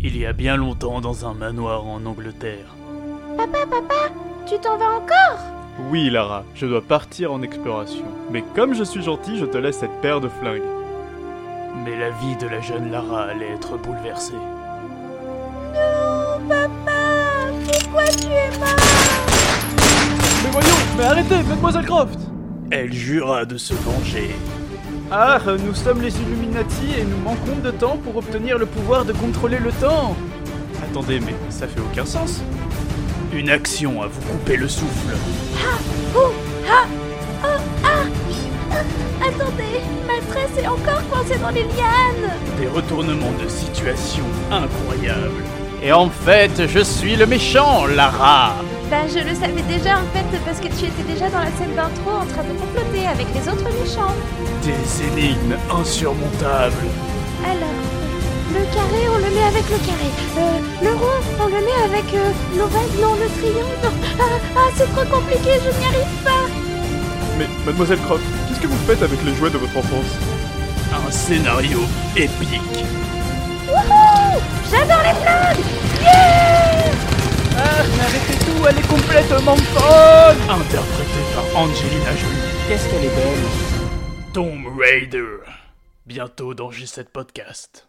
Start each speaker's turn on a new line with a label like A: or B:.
A: Il y a bien longtemps dans un manoir en Angleterre.
B: Papa, papa, tu t'en vas encore
C: Oui, Lara, je dois partir en exploration. Mais comme je suis gentil, je te laisse cette paire de flingues.
A: Mais la vie de la jeune Lara allait être bouleversée.
B: Non, papa, pourquoi tu es mort
C: Mais voyons, mais arrêtez, mademoiselle Croft
A: Elle jura de se venger.
C: Ah, nous sommes les Illuminati et nous manquons de temps pour obtenir le pouvoir de contrôler le temps Attendez, mais ça fait aucun sens
A: Une action à vous couper le souffle.
B: Oh, ah, oh, ah, ah, Attendez, Maltresse est encore coincée dans les lianes
A: Des retournements de situation incroyables.
C: Et en fait, je suis le méchant, Lara
B: Bah, je le savais déjà en fait, parce que tu étais déjà dans la scène d'intro en train de comploter avec les autres méchants.
A: Des énigmes insurmontables.
B: Alors, le carré, on le met avec le carré. Euh, le rond, on le met avec euh, l'ovale. Non, le triangle. non. Ah, ah, c'est trop compliqué, je n'y arrive pas.
C: Mais, mademoiselle Croft, qu'est-ce que vous faites avec les jouets de votre enfance
A: Un scénario épique.
B: Wouhou J'adore les blagues Yeah
C: Ah, mais arrêtez tout, elle est complètement folle
A: Interprété par Angelina Jolie.
C: Qu'est-ce qu'elle est belle
A: Tomb Raider. Bientôt dans G7 Podcast.